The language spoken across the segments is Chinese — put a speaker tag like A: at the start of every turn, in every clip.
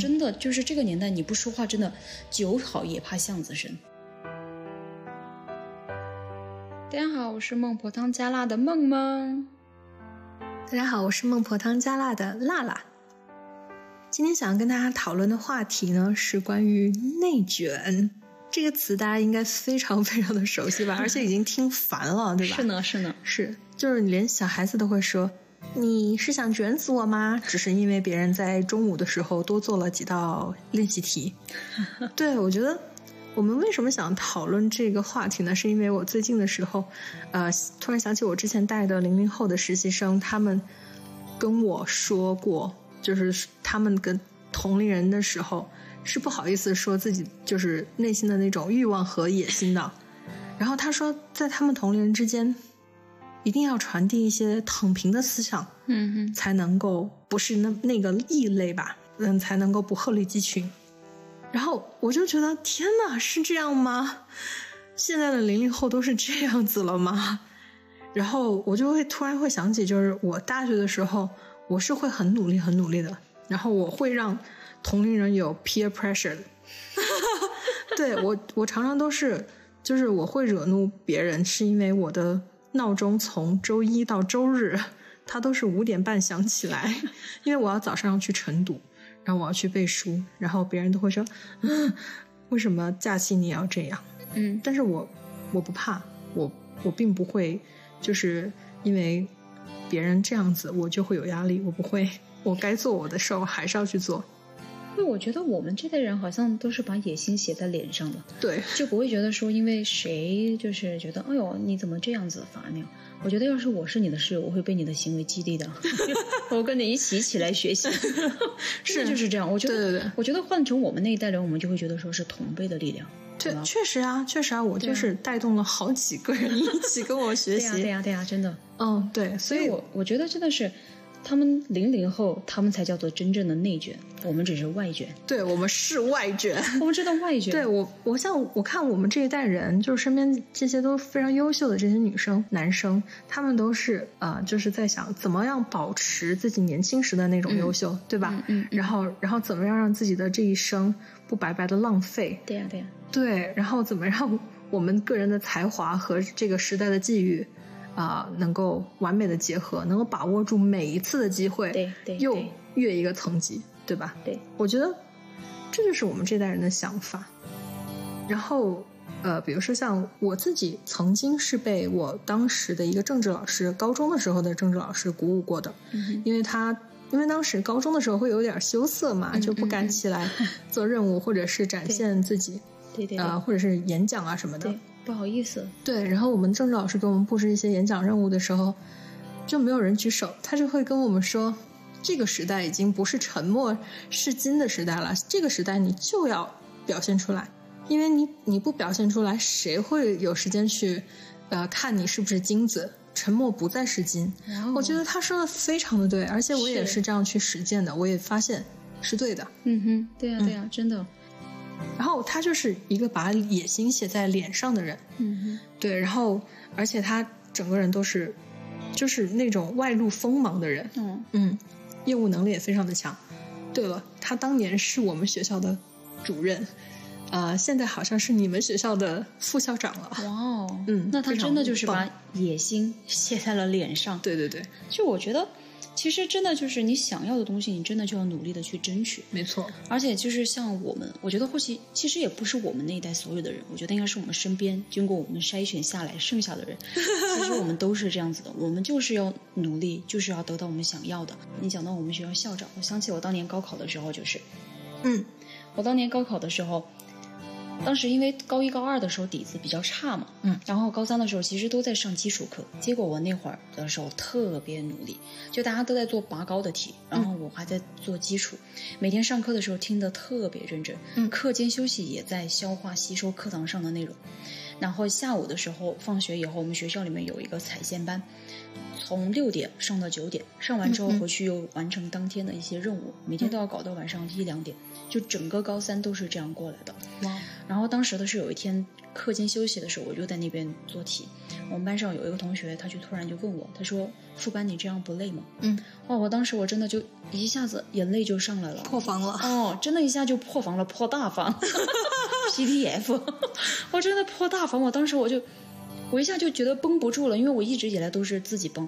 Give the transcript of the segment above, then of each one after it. A: 真的就是这个年代，你不说话，真的酒好也怕巷子深。
B: 大家好，我是孟婆汤加辣的梦梦。
C: 大家好，我是孟婆汤加辣的辣辣。今天想要跟大家讨论的话题呢，是关于内卷这个词，大家应该非常非常的熟悉吧？而且已经听烦了，对吧？
B: 是呢，是呢，
C: 是，就是连小孩子都会说：“你是想卷死我吗？”只是因为别人在中午的时候多做了几道练习题。对，我觉得。我们为什么想讨论这个话题呢？是因为我最近的时候，呃，突然想起我之前带的零零后的实习生，他们跟我说过，就是他们跟同龄人的时候是不好意思说自己就是内心的那种欲望和野心的。然后他说，在他们同龄人之间，一定要传递一些躺平的思想，
B: 嗯哼，
C: 才能够不是那那个异类吧，嗯，才能够不鹤立鸡群。然后我就觉得，天哪，是这样吗？现在的零零后都是这样子了吗？然后我就会突然会想起，就是我大学的时候，我是会很努力、很努力的，然后我会让同龄人有 peer pressure 的。对我，我常常都是，就是我会惹怒别人，是因为我的闹钟从周一到周日，它都是五点半响起来， 因为我要早上要去晨读。然后我要去背书，然后别人都会说：“嗯、为什么假期你也要这样？”
B: 嗯，
C: 但是我我不怕，我我并不会，就是因为别人这样子，我就会有压力。我不会，我该做我的事儿，我还是要去做。
A: 因为我觉得我们这代人好像都是把野心写在脸上的，
C: 对，
A: 就不会觉得说因为谁就是觉得，哎呦你怎么这样子罚那样。我觉得要是我是你的室友，我会被你的行为激励的，我跟你一起起来学习。
C: 是
A: 就是这样，我觉
C: 对
A: 得，
C: 对对，
A: 我觉得换成我们那一代人，我们就会觉得说是同辈的力量。
C: 确
A: 吧
C: 确实啊，确实啊，我
A: 对
C: 就
A: 啊
C: 是带动了好几个人一起跟我学
A: 对
C: 习。
A: 呀，对呀，对呀，真的。
C: 嗯，对，
A: 所
C: 所
A: 以
C: 以
A: 我我觉得真的是，他们零零后，他们才叫做真正的内卷，我们只是外卷。
C: 对我们是外卷。
A: 我们知道外卷，
C: 对我，我像我看我们这一代人，就是身边这些都非常优秀的这些女生、男生，他们都是呃，就是在想怎么样保持自己年轻时的那种优秀，对吧？
A: 嗯嗯嗯
C: 然后，然后怎么样让自己的这一生不白白的浪费？
A: 对呀、对呀、
C: 对，然后怎么让我们个人的才华和这个时代的际遇？啊、能够完美的结合，能够把握住每一次的机会，
A: 对对
C: 又
A: 对
C: 越一个层级，对吧？
A: 对，
C: 我觉得这就是我们这代人的想法。然后，呃，比如说像我自己曾经是被我当时的一个政治老师，高中的时候的政治老师鼓舞过的，因为他。因为当时高中的时候会有点羞涩
A: 嗯
C: 嘛，就不敢起来做任务，或者是展现自己，
A: 对对对、
C: 呃，或者是演讲啊什么的。
A: 对，不好意思，
C: 对，然后我们政治老师给我们布置一些演讲任务的时候，就没有人举手，他就会跟我们说，这个时代已经不是沉默是金的时代了，这个时代你就要表现出来，因为你你不表现出来，谁会有时间去，呃，看你是不是金子？沉默不再是金，
A: 哇哦
C: 我觉得他说的非常的对，而且我也
A: 是
C: 是这样去实践的，我也发现是对的。
A: 嗯哼，对呀、对呀、真的，
C: 然后他就是一个把野心写在脸上的人，
A: 嗯
C: 对，然后而且他整个人都是，就是那种外露锋芒的人，
A: 哼，嗯，
C: 嗯，业务能力也非常的强。对了，他当年是我们学校的主任，呃，现在好像是你们学校的副校长了。
A: 哇哦，
C: 嗯
A: 那他
C: 非常
A: 真的就是
C: 棒
A: 把野心 写在了脸上。
C: 对对对，
A: 就我觉得，其实真的就是你想要的东西，你真的就要努力的去争取。
C: 没错，
A: 而且就是像我们，我觉得或许其实也不是我们那一代所有的人，我觉得应该是我们身边经过我们筛选下来剩下的 人，其实我们都是这样子的，我们就是要努力，就是要得到我们想要的。你讲到我们学校校长，我想起我当年高考的时候，就是
C: 嗯
A: 我当年高考的时候，当时因为高一高二的时候底子比较差嘛，
C: 嗯，
A: 然后高三的时候其实都在上基础课，结果我那会儿的时候特别努力，就大家都在做拔高的题，
C: 嗯
A: 然后我还在做基础，每天上课的时候听得特别认真，
C: 嗯
A: 课间休息也在消化吸收课堂上的内容，然后下午的时候放学以后，我们学校里面有一个采线班。从六点上到九点，上完之后
C: 嗯嗯
A: 回去又完成当天的一些任务，每天都要搞到晚上一两点，就整个高三都是这样过来的。
C: 哇，
A: 然后当时的是有一天课间休息的时候，我就在那边做题，我们班上有一个同学，他就突然就问我，他说：“副班，你这样不累吗
C: 嗯，？”
A: 哇，我当时我真的就一下子眼泪就上来了。
C: 破防了。
A: 哦，真的一下就破防了，破大防，PDF，我真的破大防。我当时我就，我一下就觉得绷不住了，因为我一直以来都是自己绷，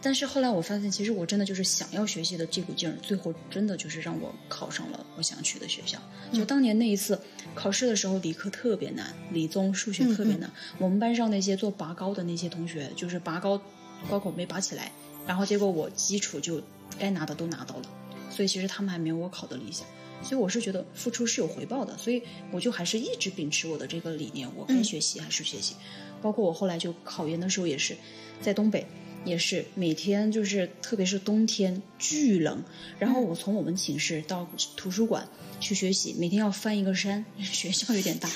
A: 但是后来我发现，其实我真的就是想要学习的这股劲儿，最后真的就是让我考上了我想去的学校。就当年那一次考试的时候，理科特别难，理综数学特别难。我们班上那些做拔高的那些同学，就是拔高高考没拔起来，然后结果我基础就该拿的都拿到了。所以其实他们还没有我考的理想。所以我是觉得付出是有回报的，所以我就还是一直秉持我的这个理念，我该学习还是学习。包括我后来就考研的时候也是，在东北也是每天就是，特别是冬天巨冷，然后我从我们寝室到图书馆去学习，每天要翻一个山，学校有点大，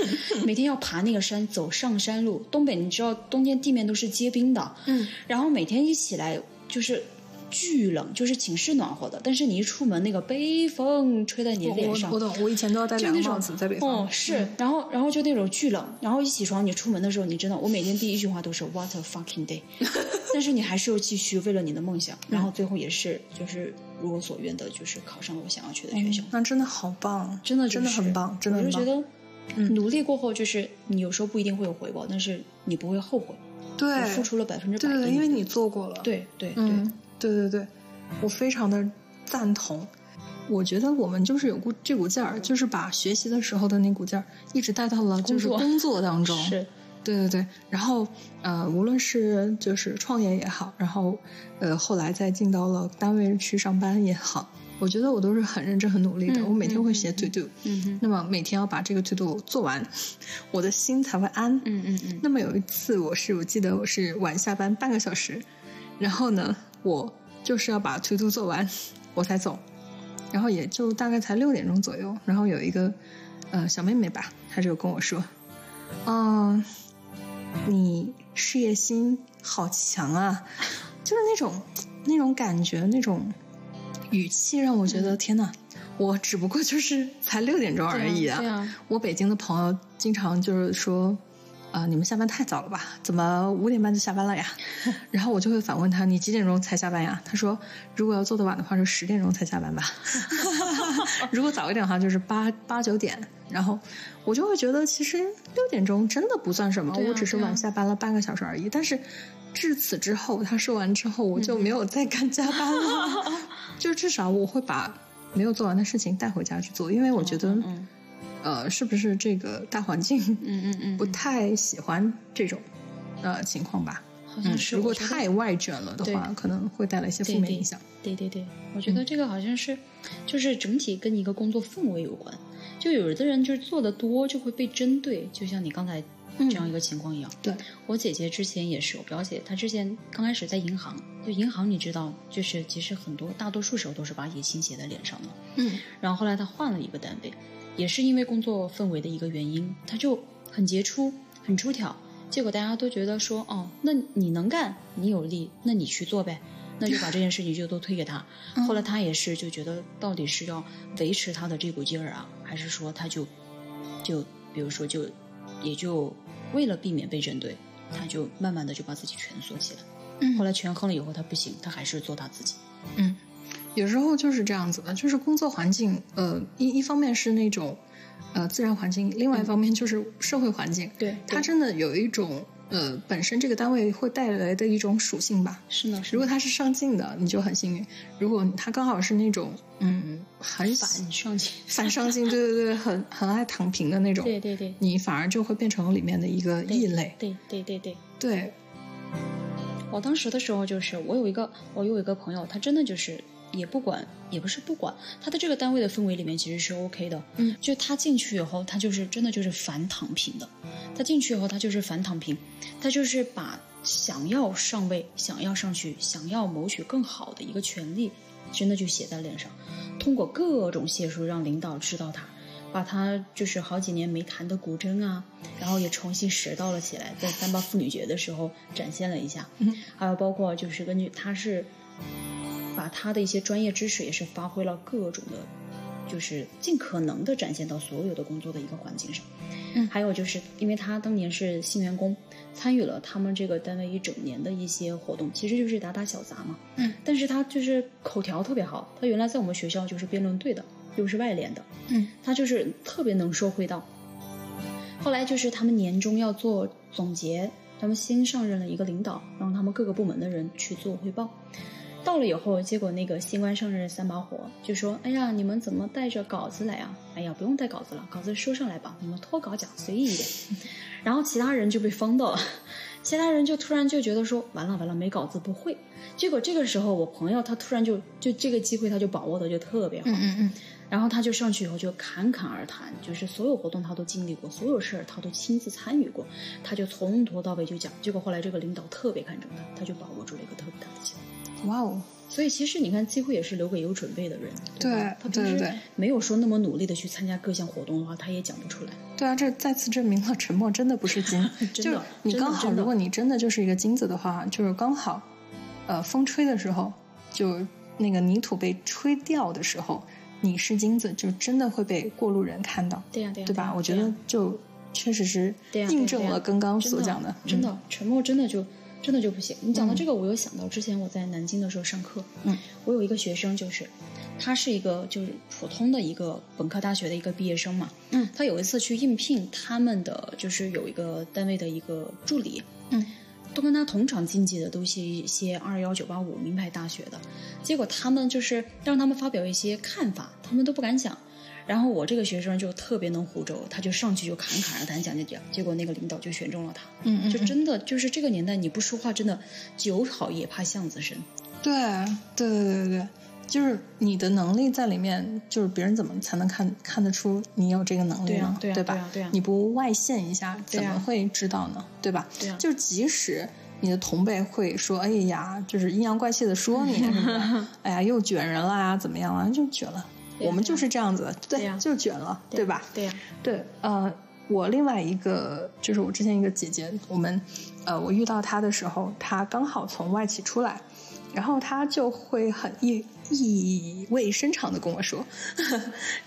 A: 每天要爬那个山，走上山路。东北你知道，冬天地面都是结冰的，
C: 嗯，
A: 然后每天一起来就是巨冷，就是寝室暖和的，但是你一出门，那个北风吹在你
C: 哦我
A: 脸
C: 我
A: 上
C: 我，懂，我以前都要戴
A: 就
C: 两
A: 那
C: 个
A: 种
C: 帽子，在北方。嗯
A: 哦，是，然后然后就那种巨冷，然后一起床你出门的时候，你真的，我每天第一句话都是 What a fucking day，但 是你还是要继续为了你的梦想，然后最后也是就是如我所愿的，就是考上了我想要去的学校。
C: 那真的好棒，
A: 真的、
C: 嗯真的很棒，真的
A: 我
C: 很
A: 就觉
C: 棒。
A: 得，嗯努力过后就是你有时候不一定会有回报，但是你不会后悔，
C: 对
A: 你，付出了百分之百
C: 对
A: 的努
C: 对对，
A: 力。
C: 因为你做过了。，
A: 对对对，
C: 嗯，对对对，我非常的赞同。我觉得我们就是有股这股劲儿，就是把学习的时候的那股劲儿一直带到了就是
A: 工作
C: 工 作当中。
A: 是
C: 对对对，然后呃，无论是就是创业也好，然后呃后来再进到了单位去上班也好，我觉得我都是很认真、很努力的。
A: 嗯
C: 我每天
A: 嗯
C: 会
A: 嗯
C: 写 to do，、
A: 嗯哼，
C: 那么每天要把这个 to do 做完，我的心才会安。
A: 嗯嗯嗯，
C: 那么有一次，我是我记得我是晚下班半个小时，然后呢，我就是要把 to do 做完， 我才走，然后也就大概才六点钟左右，然后有一个呃小妹妹吧，她就跟我说，嗯，你事业心好 强啊，就是那种那种感觉，那种语气让我觉
D: 嗯
C: 得、天哪，我只不过就是才六点钟而已
D: 对啊，
C: 我北京的朋友经常就是说，啊、你们下班太早了吧？怎么五点半就下班了 呀？然后我就会反问他，你几点钟才下班呀？他说，如果要做得晚的话，就十点钟才下班吧。 如果早一点的话，就是八八九点。然后我就会觉得，其实六点钟真的不算什么，
D: 对啊
C: 我只是
D: 对啊
C: 晚下班了半个小时而已。但是至此之后，他说完之后，我
A: 嗯
C: 就没有再敢加班了。 就至少我会把没有做完的事情带回家去做，因为我觉得，
A: 嗯
C: 呃，是不是这个大环境
A: 嗯嗯嗯，
C: 不太喜欢这种呃情况吧？
A: 好
C: 嗯
A: 像，是
C: 如果
A: 我觉得
C: 太外卷了的话，
A: 对
C: 可能会带来一些负面影响。嗯
A: 对对对，我觉得这个好像是，就是整体跟一个工作氛围有关。就有的人就是做的多就会被针对，就像你刚才这样一个情况一样。
C: 嗯对，
A: 我姐姐之前也是，我表姐她之前刚开始在银行，就银行你知道，就是其实很多大多数时候都是把野心写在脸上的。
C: 嗯
A: 然后后来他换了一个单位，也是因为工作氛围的一个原因，他就很杰出，很出挑。结果大家都觉得说，哦，那你能干，你有力，那你去做呗，那就把这件事情就都推给 他。后
C: 嗯
A: 来他也是就觉得，到底是要维持他的这股劲儿啊，还是说他就就比如说就也就为了避免被针对，他就慢慢的就把自己蜷缩起来。
C: 嗯
A: 后来权衡了以后，他不行，他还是做他自己。
C: 嗯，有时候就是这样子的，就是工作环境，呃，一一方面是那种呃自然环境，另外一方面就是社会环境，
A: 嗯对
C: 它真的有一种呃本身这个单位会带来的一种属性吧。
A: 是呢，是
C: 如果它是上进的，你就很幸运；如果它刚好是那种嗯很喜
A: 反上去。
C: 反上进，对对对，很很爱躺平的那种，
A: 对对对。
C: 你反而就会变成里面的一个异类。
A: 对对对对，
C: 对，
A: 我当时的时候就是，我有一个我有一个朋友，他真的就是也不管，也不是不管，他的这个单位的氛围里面其实是 OK 的。
C: 嗯，
A: 就他进去以后，他就是真的就是反躺平的。他进去以后，他就是反躺平，他就是把想要上位、想要上去、想要谋取更好的一个权利，真的就写在脸上，通过各种谢书让领导知道他。把他就是好几年没弹的古筝啊，然后也重新拾到了起来，在三八妇女节的时候展现了一下。
C: 嗯
A: 还有包括就是根据他是把他的一些专业知识也是发挥了各种的，就是尽可能的展现到所有的工作的一个环境上。
C: 嗯
A: 还有就是因为他当年是新员工，参与了他们这个单位一整年的一些活动，其实就是打打小杂嘛。
C: 嗯，
A: 但是他就是口条特别好，他原来在我们学校就是辩论队的，又是外联的，
C: 嗯，
A: 他就是特别能说会道。后来就是他们年终要做总结，他们新上任了一个领导，让他们各个部门的人去做汇报。到了以后，结果那个新官上任的三把火就说：“哎呀，你们怎么带着稿子来啊？哎呀，不用带稿子了，稿子收上来吧，你们脱稿讲，随意一点。”然后其他人就被方到了，其他人就突然就觉得说：“完了完了，没稿子不会。”结果这个时候，我朋友他突然就就这个机会，他就把握的就特别好。
C: 嗯嗯
A: 然后他就上去以后就侃侃而谈，就是所有活动他都经历过，所有事儿他都亲自参与过，他就从头到尾就讲。结果后来这个领导特别看重他，他就把握住了一个特别大的机会。
C: 嗯，哇哦，
A: 所以其实你看，机会也是留给有准备的人。吧
C: 对
A: 他平
C: 对对
A: 时
C: 对
A: 没有说那么努力的去参加各项活动的话，他也讲不出来。。
C: 对啊，这再次证明了 沉默真的不是金
A: 真的
C: 就你
A: 真的
C: 刚好，
A: 真的
C: 如果你真的就是一个金子的话，就是刚好，呃，风吹的时候，就那个泥土被吹掉的时候，你是金子，就真的会被过路人看到，
A: 对呀、啊对呀、
C: 对吧？我觉得就确实是
A: 对啊呀对呀
C: 印证了刚刚所讲的，嗯
A: 真的，真的沉默真的就真的就不行。你讲到这个，我有想到之前我在南京的时候上课，
C: 嗯，
A: 我有一个学生就是，他是一个就是普通的一个本科大学的一个毕业生嘛，
C: 嗯，
A: 他有一次去应聘他们的就是有一个单位的一个助理，
C: 嗯
A: 都跟他同场竞技的都是一些二幺九八五名牌大学的，结果他们就是让他们发表一些看法，他们都不敢讲。然后我这个学生就特别能胡诌，他就上去就侃侃而谈讲讲讲，结果那个领导就选中了他。
C: 嗯嗯，
A: 就
C: 嗯
A: 真的就是这个年代，你不说话真的酒好也怕巷子深。
C: 对对对对对，就是你的能力在里面，就是别人怎么才能看看得出你有这个能力
A: 对
C: 呢
A: 啊？对啊
C: 吧？
A: 对啊对啊
C: 你不外现一下，
A: 对
C: 怎
A: 啊
C: 么会知道呢？对吧？
A: 对啊
C: 就是即使你的同辈会说：“哎呀，就是阴阳怪气的说 你什么的，哎呀，又卷人啦，怎么样啦？就卷了。”
A: 对啊
C: 我们就是这样子，对，
A: 对啊
C: 就卷了，对吧？
A: 对啊呀、
C: 对，呃，我另外一个就是我之前一个姐姐，我们呃，我遇到她的时候，她刚好从外企出来，然后她就会很意意味深长的跟我说，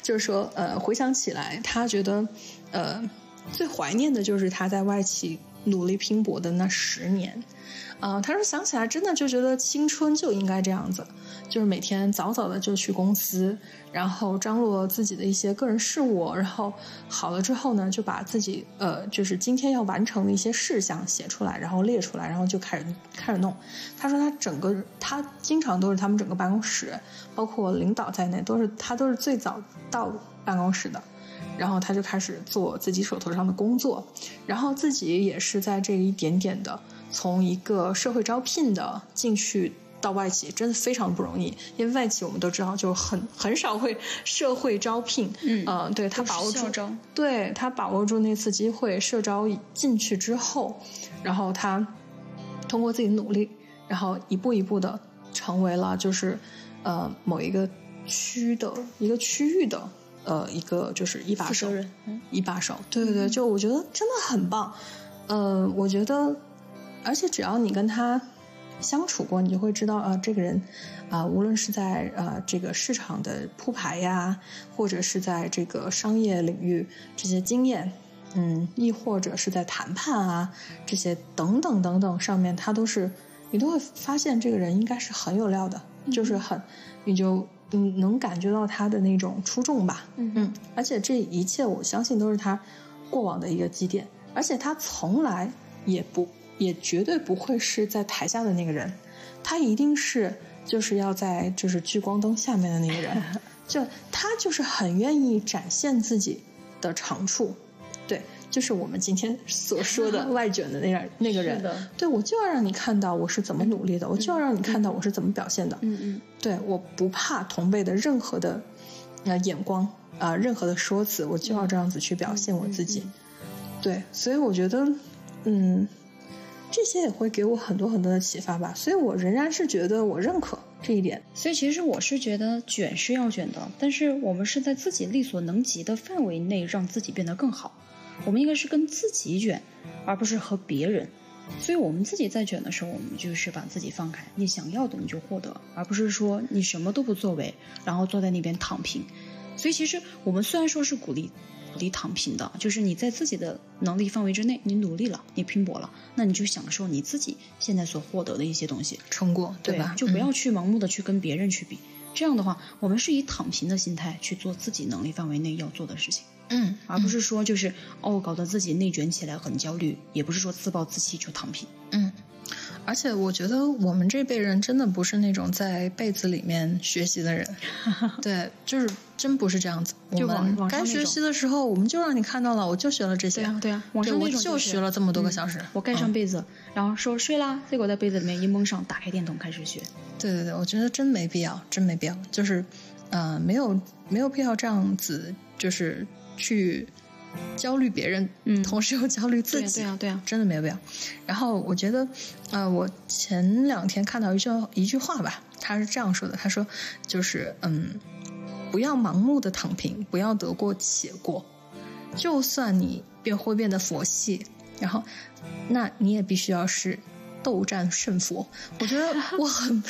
C: 就是说呃，回想起来，她觉得呃，最怀念的就是她在外企努力拼搏的那十年。啊、她说想起来真的就觉得青春就应该这样子，就是每天早早的就去公司，然后张罗自己的一些个人事务，然后好了之后呢，就把自己呃，就是今天要完成的一些事项写出来，然后列出来，然后就开始开始弄。他说他整个他经常都是他们整个办公室，包括领导在内，都是他都是最早到办公室的。然后他就开始做自己手头上的工作，然后自己也是在这一点点的从一个社会招聘的进去到外企，真的非常不容易。因为外企我们都知道，就很很少会社会招聘，
A: 嗯
C: 呃，对他把握住
A: 校招，
C: 对他把握住那次机会，社招进去之后，然后他通过自己的努力，然后一步一步的成为了就是呃某一个区的一个区域的呃一个就是一把
A: 负
C: 手
A: 责，人，嗯，
C: 一把手，对对对，就我觉得真的很棒。呃，我觉得，而且只要你跟他相处过，你就会知道啊、呃这个人啊、无论是在呃这个市场的铺排呀，或者是在这个商业领域这些经验，嗯，亦或者是在谈判啊这些等等等等上面，他都是你都会发现这个人应该是很有料的，就是很，你就嗯能感觉到他的那种出众吧，
A: 嗯
C: 嗯，而且这一切我相信都是他过往的一个积淀，而且他从来也不也绝对不会是在台下的那个人，他一定是就是要在就是聚光灯下面的那 个人，就他就是很愿意展现自己的长处，对，就是我们今天所说的 外卷的那样那个
A: 是
C: 人，
A: 的，
C: 对我就要让你看到我是怎么努力的，我就要让你看到我是怎么表现的，
A: 嗯嗯，
C: 对，我不怕同辈的任何的呃眼光啊、呃任何的说辞，我就要这样子去表现我自己。
A: 嗯
C: 对，所以我觉得，嗯，这些也会给我很多很多的启发吧。所以我仍然是觉得我认可这一点。
A: 所以其实我是觉得卷是要卷的，但是我们是在自己力所能及的范围内让自己变得更好。我们应该是跟自己卷，而不是和别人。所以我们自己在卷的时候，我们就是把自己放开，你想要的你就获得，而不是说你什么都不作为，然后坐在那边躺平。所以其实我们虽然说是鼓励鼓励躺平的，就是你在自己的能力范围之内，你努力了，你拼搏了，那你就享受你自己现在所获得的一些东西，
C: 成果对吧？
A: 就不要去盲目的去跟别人去比。这样的话，我们是以躺平的心态去做自己能力范围内要做的事情，
C: 嗯，
A: 而不是说就是哦搞得自己内卷起来很焦虑，也不是说自暴自弃就躺平。
C: 嗯，而且我觉得我们这辈人真的不是那种在被子里面学习 的人，对，就是真不是这样子。我
A: 就网
C: 们
A: 网上
C: 该
A: 那
C: 学
A: 种
C: 习的时候，我们就让你看到了，我就学了这些，
A: 对啊，网
C: 对
A: 上
C: 我
A: 那种
C: 就是学了这嗯么多个小时。
A: 我盖上被子，然后说睡啦，结果在被子里面一蒙上，打开电筒开始学。
C: 对对对，我觉得真没必要，真没必要，就是，呃，没有没有必要这样子，就是去焦虑别人，
A: 嗯
C: 同时又焦虑自
A: 对啊
C: 己，
A: 对啊对啊，
C: 真的没有必要。然后我觉得，呃，我前两天看到一句一句话吧，他是这样说的，他说就是嗯，不要盲目的躺平，不要得过且过，就算你变会变得佛系，然后那你也必须要是斗战胜佛。我觉得我很，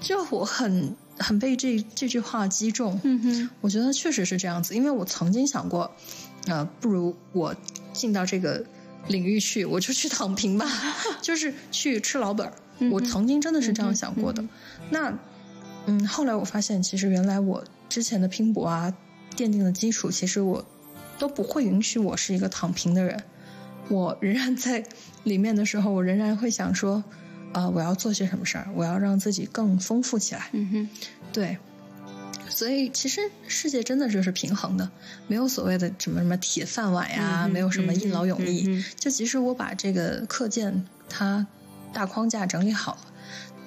C: 就我很很被这这句话击中，
A: 嗯哼，
C: 我觉得确实是这样子，因为我曾经想过，呃，不如我进到这个领域去，我就去躺平吧，就是去吃老本儿。我曾经真的是这样想过的。那，嗯，后来我发现，其实原来我之前的拼搏啊，奠定的基础，其实我都不会允许我是一个躺平的人。我仍然在里面的时候，我仍然会想说，啊、我要做些什么事儿，我要让自己更丰富起来。
A: 嗯哼，
C: 对，所以其实世界真的就是平衡的，没有所谓的什么什么铁饭碗
A: 嗯
C: 呀，
A: 哼
C: 没有什么一劳永逸。
A: 嗯哼嗯
C: 就即使我把这个课件它大框架整理好了，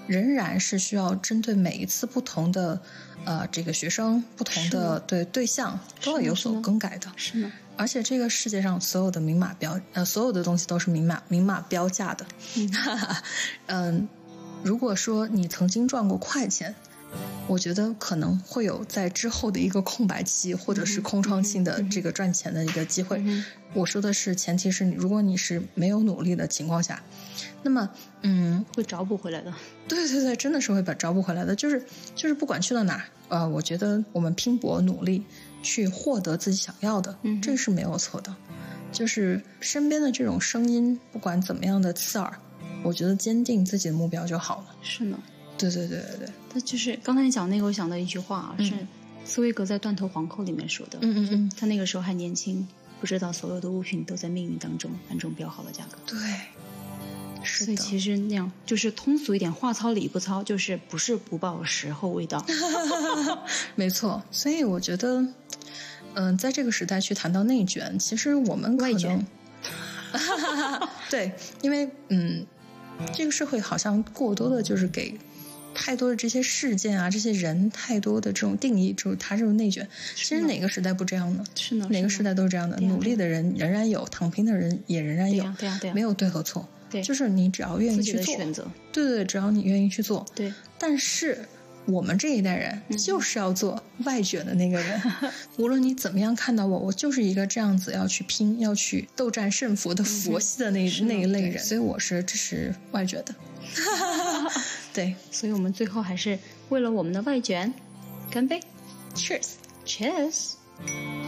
C: 仍然是需要针对每一次不同的呃这个学生不同
A: 是
C: 的
A: 吗
C: 对对象都要
A: 是吗
C: 有
A: 是
C: 所
A: 吗
C: 更改的。
A: 是吗？
C: 而且这个世界上所有的明码标呃，所有的东西都是明码明码标价的。
A: 嗯
C: 嗯，如果说你曾经赚过快钱，我觉得可能会有在之后的一个空白期或者是空窗期的这个赚钱的一个机会。
A: 嗯
C: 我说的是，前提是你如果你是没有努力的情况下，那么嗯，
A: 会找补回来的。
C: 对对对，真的是会把找不回来的。就是就是，不管去了哪儿，呃，我觉得我们拼搏努力去获得自己想要的，
A: 嗯哼
C: 这是没有错的。就是身边的这种声音，不管怎么样的刺耳，我觉得坚定自己的目标就好了。
A: 是呢，
C: 对对对对对，
A: 但就是刚才你讲那个，我想到一句话啊，
C: 嗯
A: 是茨威格在《断头皇后》里面说的。
C: 嗯嗯嗯，
A: 他那个时候还年轻，不知道所有的物品都在命运当中暗中标好了价格。
C: 对，是
A: 所以
C: 的，
A: 其实那样就是通俗一点，话糙理不糙，就是不是不报时候未 到。
C: 没错。所以我觉得，嗯、在这个时代去谈到内卷，其实我们可
A: 外
C: 能
A: 卷，
C: 对，因为嗯，这个社会好像过多的就是给太多的这些事件啊，这些人太多的这种定义，就是它这种内卷。其实
A: 呢
C: 哪个时代不这样呢？
A: 是呢，
C: 哪个
A: 是
C: 时
A: 呢
C: 代都是这样的，
A: 对呀
C: 努力的人仍然有，躺平的人也仍然
A: 对
C: 有
A: 呀，对呀对呀
C: 没有对和错，
A: 对
C: 就是你只要愿意
A: 自己
C: 去
A: 的
C: 做，
A: 选择？
C: 对对，对只要你愿意去做，
A: 对，
C: 但是我们这一代人
A: 嗯
C: 就是要做外卷的那个 人，无论你怎么样看到我，我就是一个这样子要去拼、要去斗战胜佛的佛系的那、
A: 是的
C: 那一类
A: 对
C: 人，所以我是支持外 卷的。对
A: 所以我们最后还是为了我们的外卷，干杯
C: ，Cheers。
A: ，Cheers！